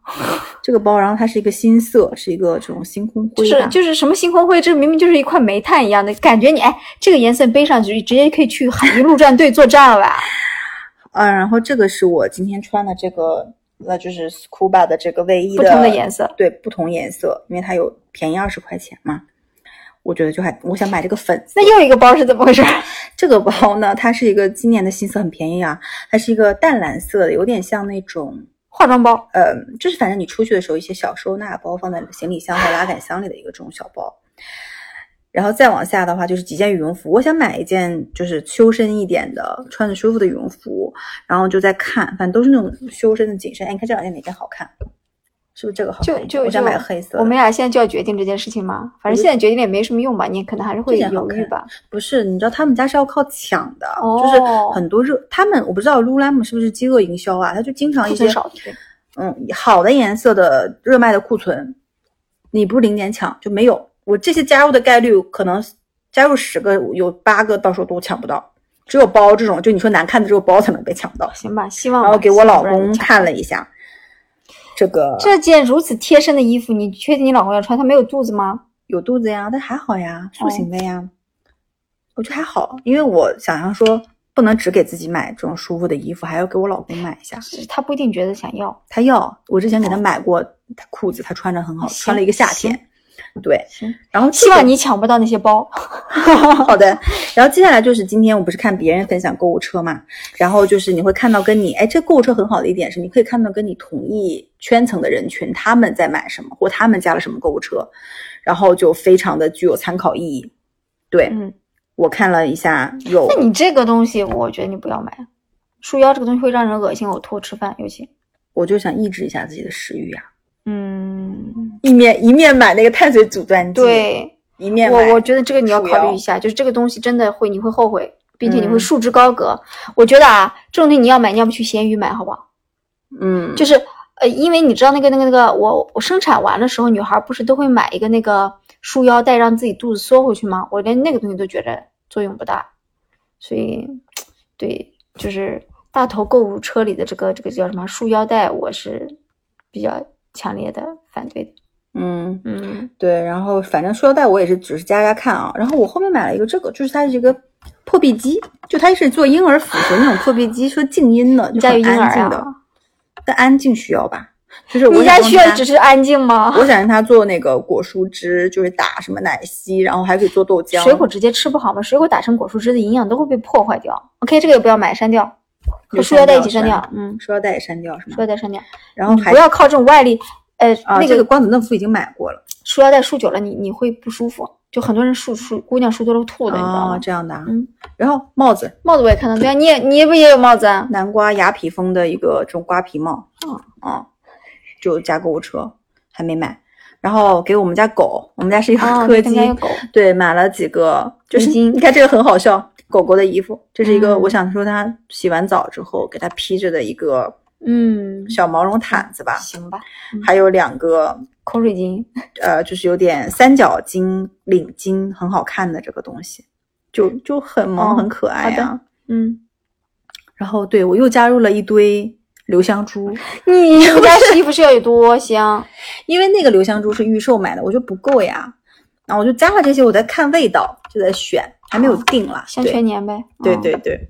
Speaker 2: 这个包，然后它是一个新色，是一个这种星空
Speaker 1: 就
Speaker 2: 灰
Speaker 1: 是
Speaker 2: 吧。
Speaker 1: 就是什么星空灰，这明明就是一块煤炭一样的感觉你。哎，这个颜色背上去，直接可以去海军陆战队作战了吧？
Speaker 2: 嗯、然后这个是我今天穿的这个，那就是 Scuba 的这个卫衣
Speaker 1: 不同的颜色，
Speaker 2: 对，不同颜色，因为它有便宜二十块钱嘛。我觉得就还，我想买这个粉色。
Speaker 1: 那又一个包是怎么回事？
Speaker 2: 这个包呢，它是一个今年的新色，很便宜啊，它是一个淡蓝色的，有点像那种，
Speaker 1: *laughs* 化妆包，
Speaker 2: 呃，就是反正你出去的时候一些小收纳包放在行李箱或拉杆箱里的一个这种小包。然后再往下的话就是几件羽绒服，我想买一件就是修身一点的，穿着舒服的羽绒服，然后就在看，反正都是那种修身的紧身。哎，你看这两件哪件好看？是不是这个好看
Speaker 1: 就
Speaker 2: 一点？
Speaker 1: 就
Speaker 2: 我想
Speaker 1: 就
Speaker 2: 买黑色的。
Speaker 1: 我们俩现在就要决定这件事情吗？反正
Speaker 2: 我就
Speaker 1: 现在决定了也没什么用吧，你可能还是会
Speaker 2: 这件好
Speaker 1: 犹豫
Speaker 2: 看
Speaker 1: 吧。
Speaker 2: 不是，你知道他们家是要靠抢的，
Speaker 1: 哦
Speaker 2: 就是很多热，他们我不知道 Lululemon 是不是饥饿营销啊，他就经常
Speaker 1: 库
Speaker 2: 一
Speaker 1: 存
Speaker 2: 些
Speaker 1: 少一点，
Speaker 2: 嗯好的颜色的热卖的库存，你不零点抢就没有。我这些加入的概率可能加入十个有八个到时候都抢不到，只有包这种就你说难看的只有包才能被抢到。
Speaker 1: 行吧，希望吧。
Speaker 2: 然后给我
Speaker 1: 希望
Speaker 2: 老
Speaker 1: 不让你
Speaker 2: 公
Speaker 1: 抢
Speaker 2: 看了一下，这个
Speaker 1: 这件如此贴身的衣服，你确定你老公要穿？他没有肚子吗？
Speaker 2: 有肚子呀，但还好呀，塑形的
Speaker 1: 哦
Speaker 2: 呀，我觉得还好，因为我想象说不能只给自己买这种舒服的衣服，还要给我老公买一下。
Speaker 1: 是他不一定觉得想要。
Speaker 2: 他要，我之前给他买过他裤子，他穿着很好，
Speaker 1: 哦行
Speaker 2: 穿了一个夏天。对，
Speaker 1: 行，
Speaker 2: 然后
Speaker 1: 希
Speaker 2: 这
Speaker 1: 望
Speaker 2: 个
Speaker 1: 你抢不到那些包。
Speaker 2: 好的，然后接下来就是今天我不是看别人分享购物车嘛，然后就是你会看到跟你哎，这购物车很好的一点是，你可以看到跟你同一圈层的人群他们在买什么，或他们加了什么购物车，然后就非常的具有参考意义。对，
Speaker 1: 嗯，
Speaker 2: 我看了一下，有
Speaker 1: 那你这个东西，我觉得你不要买。束腰这个东西会让人恶心、呕吐、吃饭，尤其。
Speaker 2: 我就想抑制一下自己的食欲呀、
Speaker 1: 嗯，
Speaker 2: 一面一面买那个碳水阻断剂，，
Speaker 1: 对
Speaker 2: 一面买
Speaker 1: 我，我觉得这个你要
Speaker 2: 束
Speaker 1: 考虑
Speaker 2: 腰
Speaker 1: 一下，就是这个东西真的会，你会后悔，并且你会
Speaker 2: 嗯
Speaker 1: 束之高阁。我觉得啊，这种东西你要买，你要不去闲鱼买，好不好？
Speaker 2: 嗯，
Speaker 1: 就是呃，因为你知道那个那个那个，我我生产完的时候，女孩不是都会买一个那个束腰带，让自己肚子缩回去吗？我连那个东西都觉得作用不大，所以对，就是大头购物车里的这个这个叫什么束腰带，我是比较强烈的反对的。
Speaker 2: 嗯。
Speaker 1: 嗯，
Speaker 2: 对，然后反正塑料袋我也是只是加加看啊。然后我后面买了一个这个，就是它是一个破壁机，就它是做婴儿辅食那种破壁机，说静音的，
Speaker 1: 你
Speaker 2: 就
Speaker 1: 家有
Speaker 2: 很
Speaker 1: 婴
Speaker 2: 安
Speaker 1: 儿
Speaker 2: 静的。
Speaker 1: 啊？
Speaker 2: 但安静需要吧？就是我
Speaker 1: 你家
Speaker 2: 想让
Speaker 1: 需要
Speaker 2: 它
Speaker 1: 只是安静吗？
Speaker 2: 我想让它做那个果蔬汁，就是打什么奶昔，然后还可以做豆浆。
Speaker 1: 水果直接吃不好吗？水果打成果蔬汁的营养都会被破坏掉。OK，这个也不要买，删掉，和
Speaker 2: 就
Speaker 1: 束腰带一起删
Speaker 2: 删
Speaker 1: 掉
Speaker 2: 掉。
Speaker 1: 嗯，
Speaker 2: 塑料袋也删掉是
Speaker 1: 束
Speaker 2: 吗
Speaker 1: 腰？带删掉。
Speaker 2: 然后
Speaker 1: 你
Speaker 2: 还
Speaker 1: 不要靠这种外力，呃，
Speaker 2: 啊，
Speaker 1: 那
Speaker 2: 这个
Speaker 1: 个
Speaker 2: 光子嫩肤已经买过了
Speaker 1: 束腰带束久了，你你会不舒服。就很多人束束姑娘束多了吐的，你知道
Speaker 2: 啊，
Speaker 1: 吗？
Speaker 2: 这样的啊。
Speaker 1: 嗯，
Speaker 2: 然后帽子，
Speaker 1: 帽子我也看到，对啊，你也你也不也有帽子啊？
Speaker 2: 南瓜雅痞风的一个这种瓜皮帽，
Speaker 1: 哦
Speaker 2: 啊，就加购物车还没买，然后给我们家狗，我们家是一个
Speaker 1: 啊，
Speaker 2: 柯
Speaker 1: 你
Speaker 2: 基，
Speaker 1: 们家有狗，
Speaker 2: 对，买了几个，就是
Speaker 1: 围巾
Speaker 2: 你看这个很好笑，狗狗的衣服，这是一个、
Speaker 1: 嗯
Speaker 2: 我想说它洗完澡之后给它披着的一个
Speaker 1: 嗯，
Speaker 2: 小毛绒毯子吧，
Speaker 1: 行吧，
Speaker 2: 还有两个
Speaker 1: 口水巾，
Speaker 2: 呃，就是有点三角巾领巾，很好看的这个东西，就就很萌、
Speaker 1: 哦
Speaker 2: 很可爱
Speaker 1: 好的
Speaker 2: 呀、
Speaker 1: 嗯，
Speaker 2: 然后对我又加入了一堆留
Speaker 1: *laughs*
Speaker 2: 香珠， *laughs*
Speaker 1: 你们家洗衣服是要有多香？
Speaker 2: 因为那个留香珠是预售买的，我觉得不够呀，然后我就加了这些，我在看味道，就在选，还没有
Speaker 1: 哦
Speaker 2: 定啦。
Speaker 1: 香
Speaker 2: 对
Speaker 1: 全年呗。
Speaker 2: 对
Speaker 1: 嗯
Speaker 2: 对对。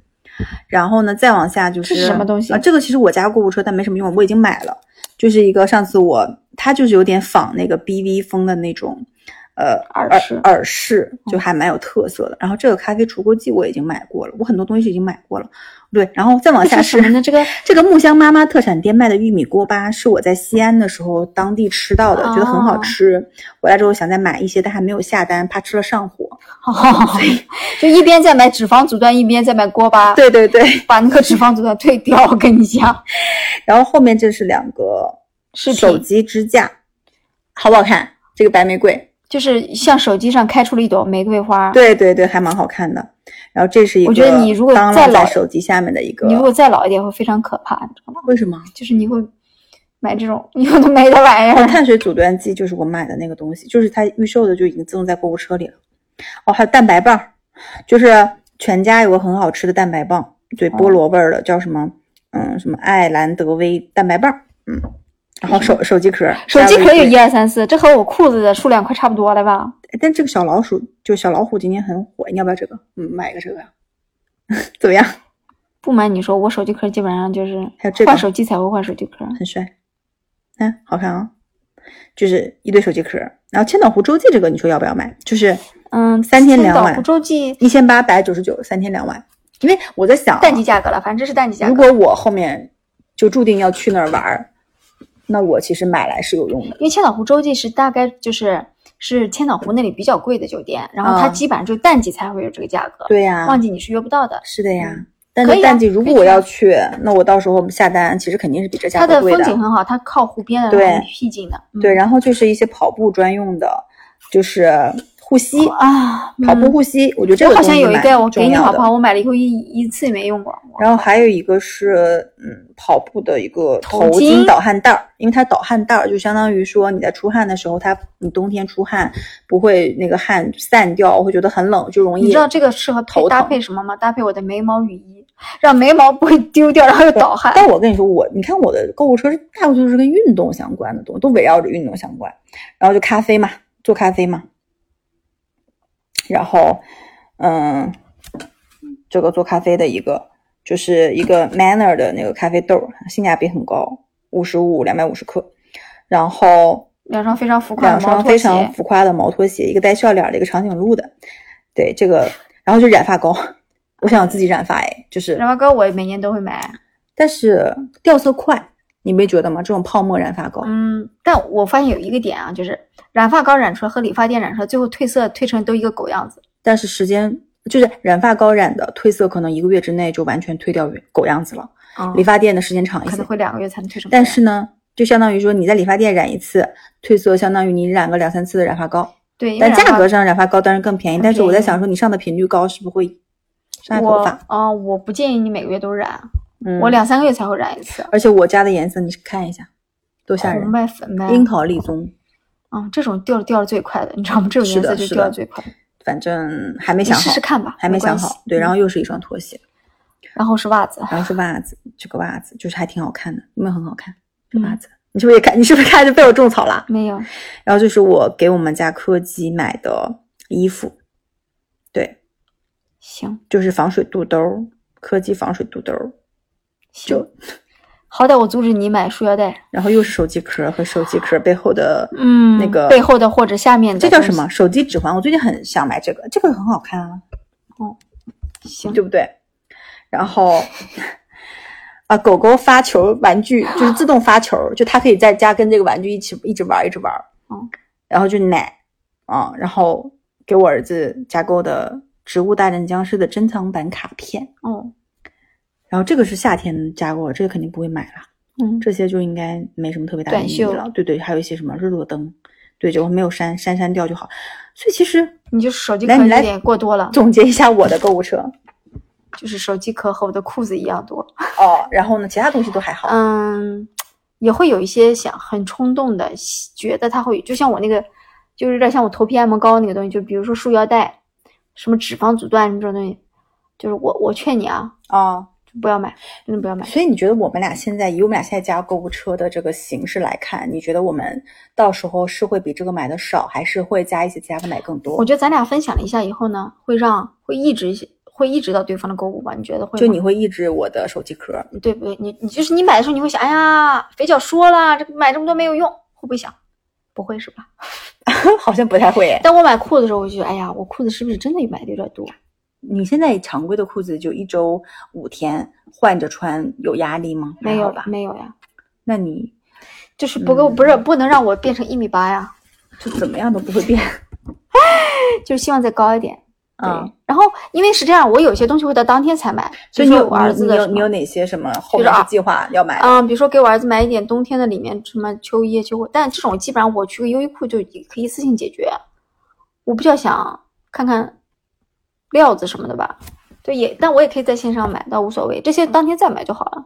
Speaker 2: 然后呢，再往下就是
Speaker 1: 这是什么东西
Speaker 2: 啊？这个其实我家购物车，但没什么用，我已经买了。就是一个上次我，它就是有点仿那个 BV 风的那种，呃，
Speaker 1: 耳饰哦
Speaker 2: 耳饰就还蛮有特色的。然后这个咖啡除垢剂我已经买过了，我很多东西已经买过了。对，然后再往下
Speaker 1: 这是
Speaker 2: 是
Speaker 1: 哦什么呢？这
Speaker 2: *laughs*
Speaker 1: 个
Speaker 2: 这个木香妈妈特产店卖的玉米锅巴是我在西安的时候当地吃到的，觉得很好
Speaker 1: 哦
Speaker 2: 吃。回来之后想再买一些，但还没有下单，怕吃了上火。
Speaker 1: 哦就一边在买脂肪阻断，一边在买锅巴，
Speaker 2: 对对对，
Speaker 1: 把那个脂肪阻断退掉。我跟你讲，
Speaker 2: 然后后面这是两个
Speaker 1: 视
Speaker 2: 手
Speaker 1: 频
Speaker 2: 机支架，好不好看？这个白玫瑰，
Speaker 1: 就是像手机上开出了一朵玫瑰花。，
Speaker 2: 对对对，还蛮好看的。然后这是一个，
Speaker 1: 我觉得你如果
Speaker 2: 当
Speaker 1: 再
Speaker 2: 落在
Speaker 1: 老
Speaker 2: 手机下面的一个，
Speaker 1: 你如果再老一点会非常可怕，你知道吗？
Speaker 2: 为什么？
Speaker 1: 就是你会买这种有的没的玩意儿。
Speaker 2: 碳水阻断剂就是我买的那个东西，就是它预售的就已经自动在购物车里了。哦，还有蛋白棒，就是全家有个很好吃的蛋白棒，对，
Speaker 1: 哦
Speaker 2: 菠萝味儿的，叫什么？嗯，什么艾兰德威蛋白棒，嗯，然后手手机壳，
Speaker 1: 手机壳有
Speaker 2: 一
Speaker 1: 一，二三四，这和我裤子的数量快差不多了吧？
Speaker 2: 但这个小老鼠就小老虎今年很火，你要不要这个？嗯，买一个这个呀， *laughs* 怎么样？
Speaker 1: 不瞒你说，我手机壳基本上就是
Speaker 2: 还有这个
Speaker 1: 换手机才会换手机壳。
Speaker 2: 很帅，嗯，好看啊、就是一堆手机壳，然后千岛湖洲际这个你说要不要买？就是
Speaker 1: 嗯，
Speaker 2: 三天
Speaker 1: 千
Speaker 2: 两
Speaker 1: 岛
Speaker 2: 晚
Speaker 1: 湖洲际
Speaker 2: 一千八百九十九，三天两晚。因为我在想啊、
Speaker 1: 淡季价格了，反正这是淡季价
Speaker 2: 如
Speaker 1: 格。
Speaker 2: 果我后面就注定要去那儿玩儿，那我其实买来是有用的。
Speaker 1: 因为千岛湖洲际是大概就是是千岛湖那里比较贵的酒店，然后它
Speaker 2: 嗯
Speaker 1: 基本上就淡季才会有这个价格，
Speaker 2: 对啊呀、
Speaker 1: 旺季你是约不到的。
Speaker 2: 是的呀
Speaker 1: 哦嗯。
Speaker 2: 但
Speaker 1: 可
Speaker 2: 是
Speaker 1: 以啊
Speaker 2: 淡季如
Speaker 1: 可
Speaker 2: 果
Speaker 1: 以
Speaker 2: 我
Speaker 1: 去
Speaker 2: 要去，那我到时候我们下单，其实肯定是比这价
Speaker 1: 它
Speaker 2: 格
Speaker 1: 的
Speaker 2: 贵
Speaker 1: 风景很好，它靠湖边的，
Speaker 2: 对
Speaker 1: 然后很僻静的。嗯
Speaker 2: 对，然后就是一些跑步专用的，就是护膝，
Speaker 1: 啊，
Speaker 2: 跑步
Speaker 1: 嗯
Speaker 2: 护膝，我觉得这个
Speaker 1: 我好像
Speaker 2: 东西
Speaker 1: 有一
Speaker 2: 蛮
Speaker 1: 个，我给
Speaker 2: 重
Speaker 1: 你
Speaker 2: 要
Speaker 1: 好
Speaker 2: 的
Speaker 1: 不好？我买了以后一一次也没用过。
Speaker 2: 然后还有一个是，嗯，跑步的一个
Speaker 1: 头
Speaker 2: 头巾
Speaker 1: 巾
Speaker 2: 导汗带儿，因为它导汗带儿就相当于说你在出汗的时候，它你冬天出汗不会那个汗散掉，会觉得很冷，就容易。
Speaker 1: 你知道这个适合配
Speaker 2: 头
Speaker 1: 搭
Speaker 2: 疼
Speaker 1: 配什么吗？搭配我的眉毛雨衣，让眉毛不会丢掉，然后又导汗。
Speaker 2: 但我跟你说，我你看我的购物车是大部分就是跟运动相关的东西，都围绕着运动相关。然后就咖啡嘛，做咖啡嘛。然后，嗯，这个做咖啡的一个就是一个 Manner 的那个咖啡豆，性价比很高，五十五两百五十克。然后
Speaker 1: 两双非常浮夸
Speaker 2: 两
Speaker 1: 的毛
Speaker 2: 双
Speaker 1: 拖
Speaker 2: 非
Speaker 1: 鞋，
Speaker 2: 常浮夸的毛拖鞋，一个带笑脸儿的，一个长颈鹿的。对这个，然后就染发膏， *laughs* 我想自己染发哎，就是
Speaker 1: 染发膏我每年都会买。
Speaker 2: 但是掉色快，你没觉得吗？这种泡沫染发膏，
Speaker 1: 嗯，但我发现有一个点啊，就是染发膏染出来和理发店染出来，最后褪色褪成都一个狗样子。
Speaker 2: 但是时间就是染发膏染的褪色，可能一个月之内就完全褪掉狗样子了。
Speaker 1: 嗯
Speaker 2: 哦理发店的时间长一
Speaker 1: 可
Speaker 2: 些
Speaker 1: 能，会两个月才能褪成狗样。
Speaker 2: 但是呢，就相当于说你在理发店染一次褪色，相当于你染个两三次的染发膏，
Speaker 1: 对，因为
Speaker 2: 但价
Speaker 1: 染发
Speaker 2: 格上染发膏当然更便宜。
Speaker 1: 更
Speaker 2: 但是我在
Speaker 1: 便宜
Speaker 2: 想说，你上的频率高是不是会伤害头
Speaker 1: 我
Speaker 2: 发？
Speaker 1: 啊、我不建议你每个月都染，
Speaker 2: 嗯，
Speaker 1: 我，两三个月才会染一次。
Speaker 2: 而且我家的颜色你看一下，多吓人
Speaker 1: 红！呗粉呗，
Speaker 2: 樱桃栗棕，
Speaker 1: 嗯，这种掉掉的最快的，你知道吗？这种
Speaker 2: 是
Speaker 1: 颜
Speaker 2: 的
Speaker 1: 色就是掉
Speaker 2: 的
Speaker 1: 的最快。
Speaker 2: 反正还没
Speaker 1: 你
Speaker 2: 想
Speaker 1: 试
Speaker 2: 好
Speaker 1: 试，看吧，
Speaker 2: 还没想
Speaker 1: 关系
Speaker 2: 好。对，然后
Speaker 1: 嗯
Speaker 2: 又是一双拖鞋。
Speaker 1: 然后是袜子，
Speaker 2: 然后是袜子，这个袜子就是还挺好看的，有没有很好看？这
Speaker 1: 嗯
Speaker 2: 袜子，你是不是也看？你是不是开始被我种草啦？
Speaker 1: 没有，
Speaker 2: 然后就是我给我们家柯基买的衣服，对，
Speaker 1: 行
Speaker 2: 就是防水肚兜儿，柯基防水肚兜儿，
Speaker 1: 行
Speaker 2: 就，
Speaker 1: 好歹我阻止你买束腰带，
Speaker 2: 然后又是手机壳和手机壳背后的，
Speaker 1: 嗯，
Speaker 2: 那个
Speaker 1: 背后的或者下面的，
Speaker 2: 这叫什？么？手机指环。我最近很想买这个，这个很好看啊，
Speaker 1: 行，
Speaker 2: 对不对？然后。啊，狗狗发球玩具就是自动发球，就它可以在家跟这个玩具一起一直玩，一直玩。
Speaker 1: 嗯，
Speaker 2: 然后就奶啊，然后给我儿子加购的《植物大战僵尸》的珍藏版卡片，
Speaker 1: 哦，
Speaker 2: 然后这个是夏天加购的，这个肯定不会买了，
Speaker 1: 嗯，
Speaker 2: 这些就应该没什么特别大的
Speaker 1: 短
Speaker 2: 意义
Speaker 1: 袖
Speaker 2: 了。对对，还有一些什么日落灯，对，就没有删删删掉就好。所以其实
Speaker 1: 你就手机壳
Speaker 2: 来你
Speaker 1: 有
Speaker 2: 来
Speaker 1: 点过多了。
Speaker 2: 总结一下我的购物车，
Speaker 1: 就是手机壳和我的裤子一样多。
Speaker 2: 哦，然后呢，其他东西都还好。
Speaker 1: 嗯，也会有一些想很冲动的，觉得它会就像我那个，就是有点像我头皮按摩膏那个东西，就比如说束腰带，什么脂肪阻断什么这种东西，就是我我劝你啊，
Speaker 2: 哦，
Speaker 1: 就不要买，真的不要买。
Speaker 2: 所以你觉得我们俩现在以我们俩现在加购物车的这个形式来看，你觉得我们到时候是会比这个买的少，还是会加一些其他的买更多
Speaker 1: 我？觉得咱俩分享了一下以后呢，会让会抑制一些会抑制到对方的购物吧？你觉得会吗？
Speaker 2: 就你会抑制我的手机壳？
Speaker 1: 对不对？你你就是你买的时候你会想，哎呀，肥脚说了，这买这么多没有用，会不会想？不会是吧？
Speaker 2: *laughs* 好像不太会耶。
Speaker 1: 当我买裤子的时候，我就觉得，哎呀，我裤子是不是真的买的有点多？
Speaker 2: 你现在常规的裤子就一周五天换着穿，有压力吗？
Speaker 1: 没有
Speaker 2: 还好吧？
Speaker 1: 没有呀，
Speaker 2: 那你
Speaker 1: 就是不
Speaker 2: 嗯
Speaker 1: 够，不是不能让我变成一米八呀，
Speaker 2: 就怎么样都不会 *laughs* 变
Speaker 1: 就是希望再高一点。对，
Speaker 2: 啊。
Speaker 1: 然后因为是这样，我有些东西会到当天才买，
Speaker 2: 所
Speaker 1: 比如
Speaker 2: 以
Speaker 1: 说
Speaker 2: 你有
Speaker 1: 我儿子
Speaker 2: 你
Speaker 1: 的
Speaker 2: 有
Speaker 1: 什么
Speaker 2: 你有哪些什么后
Speaker 1: 就是
Speaker 2: 面的
Speaker 1: 啊
Speaker 2: 计划要买的？
Speaker 1: 嗯，比如说给我儿子买一点冬天的里面什么秋衣、啊秋裤，但这种基本上我去个优衣库就已可以一次性解决。我比较想看看料子什么的吧，对也，但我也可以在线上买，倒无所谓，这些当天再买就好了，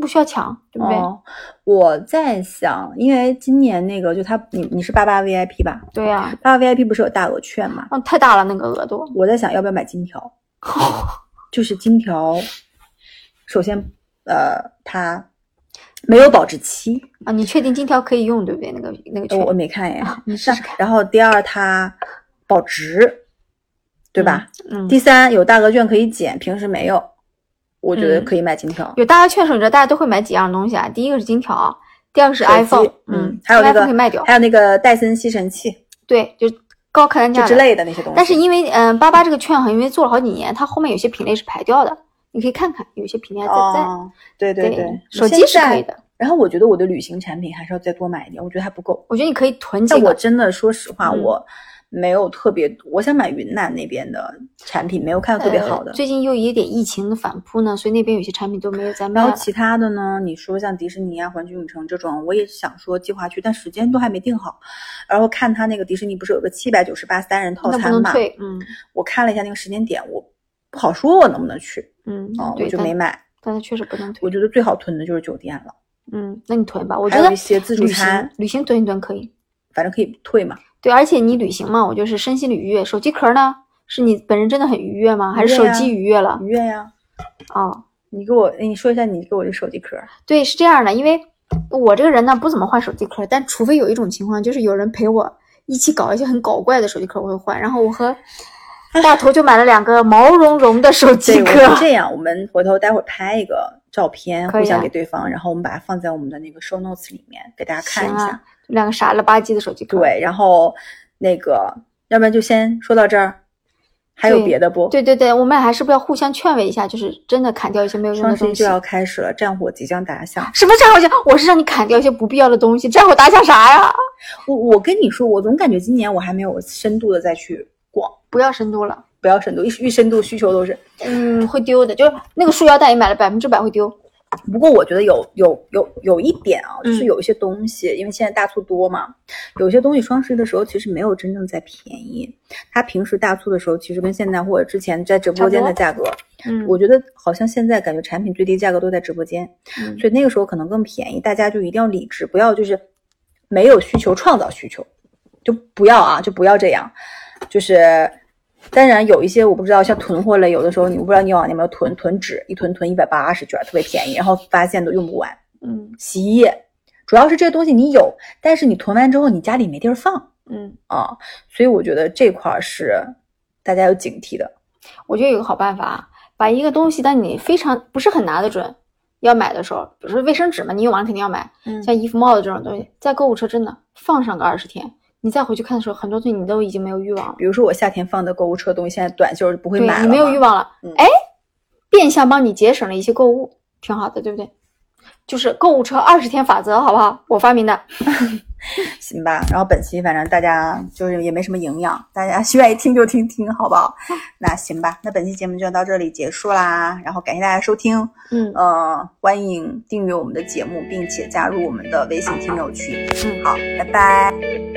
Speaker 1: 不需要抢，对不对？
Speaker 2: 哦，我在想，因为今年那个就他，你你是八八 VIP 吧？
Speaker 1: 对呀、
Speaker 2: 八八 VIP 不是有大额券嘛？
Speaker 1: 嗯，太大了那个额度，
Speaker 2: 我在想要不要买金条，
Speaker 1: *laughs*
Speaker 2: 就是金条，首先呃，它没有保质期，
Speaker 1: 啊，你确定金条可以用，对不对？那个那个
Speaker 2: 我我
Speaker 1: 券，
Speaker 2: 没看耶。
Speaker 1: *laughs* 你试试看，
Speaker 2: 然后第二，它保值，对吧？
Speaker 1: 嗯。
Speaker 2: 第三，有大额券可以减，平时没有，我觉
Speaker 1: 嗯
Speaker 2: 得可以买金条。
Speaker 1: 有大家券的时候，你知道大家都会买几样东西啊？第一个是金条，第二个是
Speaker 2: 手机
Speaker 1: iPhone，
Speaker 2: 嗯，还有那
Speaker 1: iPhone
Speaker 2: 个
Speaker 1: 可以卖掉，
Speaker 2: 还有那个戴森吸尘器，
Speaker 1: 对，就高客单价的
Speaker 2: 就之类的那些东西。
Speaker 1: 但是因为嗯，八八这个券哈，因为做了好几年，它后面有些品类是排掉的，你可以看看有些品类还在不在。
Speaker 2: 哦，对对对，
Speaker 1: 手机是
Speaker 2: 现在
Speaker 1: 可以。的，
Speaker 2: 然后我觉得我的旅行产品还是要再多买一点，我觉得还不够。
Speaker 1: 我觉得你可以囤几
Speaker 2: 但我
Speaker 1: 个。
Speaker 2: 真的说实话，
Speaker 1: 嗯
Speaker 2: 我没有特别，我想买云南那边的产品，没有看到特别好的
Speaker 1: 呃。最近又有一点疫情的反扑呢，所以那边有些产品都没有在卖
Speaker 2: 然后
Speaker 1: 了。
Speaker 2: 其他的呢，你说像迪士尼啊、环球影城这种，我也想说计划去，但时间都还没定好。然后看他那个迪士尼不是有个七百九十八三人套
Speaker 1: 那不
Speaker 2: 餐
Speaker 1: 能
Speaker 2: 嘛？
Speaker 1: 退，嗯
Speaker 2: 我看了一下那个时间点，我不好说我能不能去
Speaker 1: 嗯
Speaker 2: 啊、，我
Speaker 1: 对，
Speaker 2: 就没
Speaker 1: 但
Speaker 2: 买。
Speaker 1: 但它确实不能
Speaker 2: 我
Speaker 1: 退。
Speaker 2: 觉得最好囤的就是酒店了，
Speaker 1: 嗯，那你囤吧，我觉
Speaker 2: 还有
Speaker 1: 得
Speaker 2: 一些自助
Speaker 1: 旅
Speaker 2: 餐
Speaker 1: 行，旅行囤一囤可以。
Speaker 2: 反正可以退嘛。
Speaker 1: 对，而且你旅行嘛，我就是身心愉悦。手机壳呢，是你本人真的很愉悦吗？还是
Speaker 2: 愉悦
Speaker 1: 手
Speaker 2: 呀
Speaker 1: 机愉悦了？
Speaker 2: 愉悦呀、
Speaker 1: 哦，
Speaker 2: 啊你给我，哎你说一下你给我这手机壳。
Speaker 1: 对，是这样的，因为我这个人呢不怎么换手机壳，但除非有一种情况，就是有人陪我一起搞一些很搞怪的手机壳，我会换。然后我和大头就买了两个毛茸茸的手
Speaker 2: 哎对，
Speaker 1: 机
Speaker 2: 我
Speaker 1: 壳，
Speaker 2: 们这样，我们回头待会儿拍一个照片，
Speaker 1: 可以啊
Speaker 2: 互相给对方，然后我们把它放在我们的那个 show notes 里面给大
Speaker 1: *laughs*
Speaker 2: 家看
Speaker 1: 行
Speaker 2: 一下。
Speaker 1: 啊，两个傻了吧唧的手机壳。
Speaker 2: 对，然后那个，要不然就先说到这儿，还有
Speaker 1: 对
Speaker 2: 别的不？
Speaker 1: 对对对，我们俩还是不要互相劝慰一下，就是真的砍掉一些没有用
Speaker 2: 双
Speaker 1: 的
Speaker 2: 十一
Speaker 1: 东西
Speaker 2: 就。要开始了，战火即将打响。
Speaker 1: 什么战火架？我是让你砍掉一些不必要的东西，战火打响啥呀？
Speaker 2: 我我跟你说，我总感觉今年我还没有深度的再去逛，
Speaker 1: 不要深度了，
Speaker 2: 不要深度，一一深度需求都是。
Speaker 1: 嗯，会丢的，就是那个束腰带也买了，百分之百会丢。
Speaker 2: 不过我觉得有有有有一点啊，就是
Speaker 1: 嗯
Speaker 2: 有一些东西，因为现在大促多嘛，有些东西双十一的时候其实没有真正在便宜。它平时大促的时候，其实跟现在或者之前在直播间的价格，
Speaker 1: 嗯，
Speaker 2: 我觉得好像现在感觉产品最低价格都在直播间，
Speaker 1: 嗯
Speaker 2: 所以那个时候可能更便宜。大家就一定要理智，不要就是没有需求创造需求，就不要啊，就不要这样。就是当然有一些我不知道，像囤货类，有的时候你我不知道你往年有没有囤囤纸，一囤囤一百八十卷，特别便宜，然后发现都用不完。
Speaker 1: 嗯
Speaker 2: 洗衣液，主要是这些东西你有，但是你囤完之后你家里没地儿放
Speaker 1: 嗯。
Speaker 2: 啊，所以我觉得这块儿是大家有警惕的。
Speaker 1: 我觉得有个好办法，把一个东西，当你非常不是很拿得准要买的时候，比如说卫生纸嘛，你用完了肯定要买，
Speaker 2: 嗯
Speaker 1: 像衣服、帽子这种东西，在购物车真的放上个二十天，你再回去看的时候，很多东西你都已经没有欲望了，
Speaker 2: 比如说我夏天放的购物车东西，现在短袖就不会
Speaker 1: 对
Speaker 2: 买了
Speaker 1: 你
Speaker 2: 嘛，
Speaker 1: 没有欲望了
Speaker 2: 嗯，
Speaker 1: 哎、变相帮你节省了一些购物，挺好的，对不对？就是购物车二十天法则，好不好？我发明的，
Speaker 2: 行吧？然后本期反正大家就是也没什么营养，大家愿意听就听听，好不好？那行吧，那本期节目就到这里结束啦，然后感谢大家收听，
Speaker 1: 嗯
Speaker 2: 呃，欢迎订阅我们的节目，并且加入我们的微信听友群。
Speaker 1: 嗯。
Speaker 2: 好，拜拜。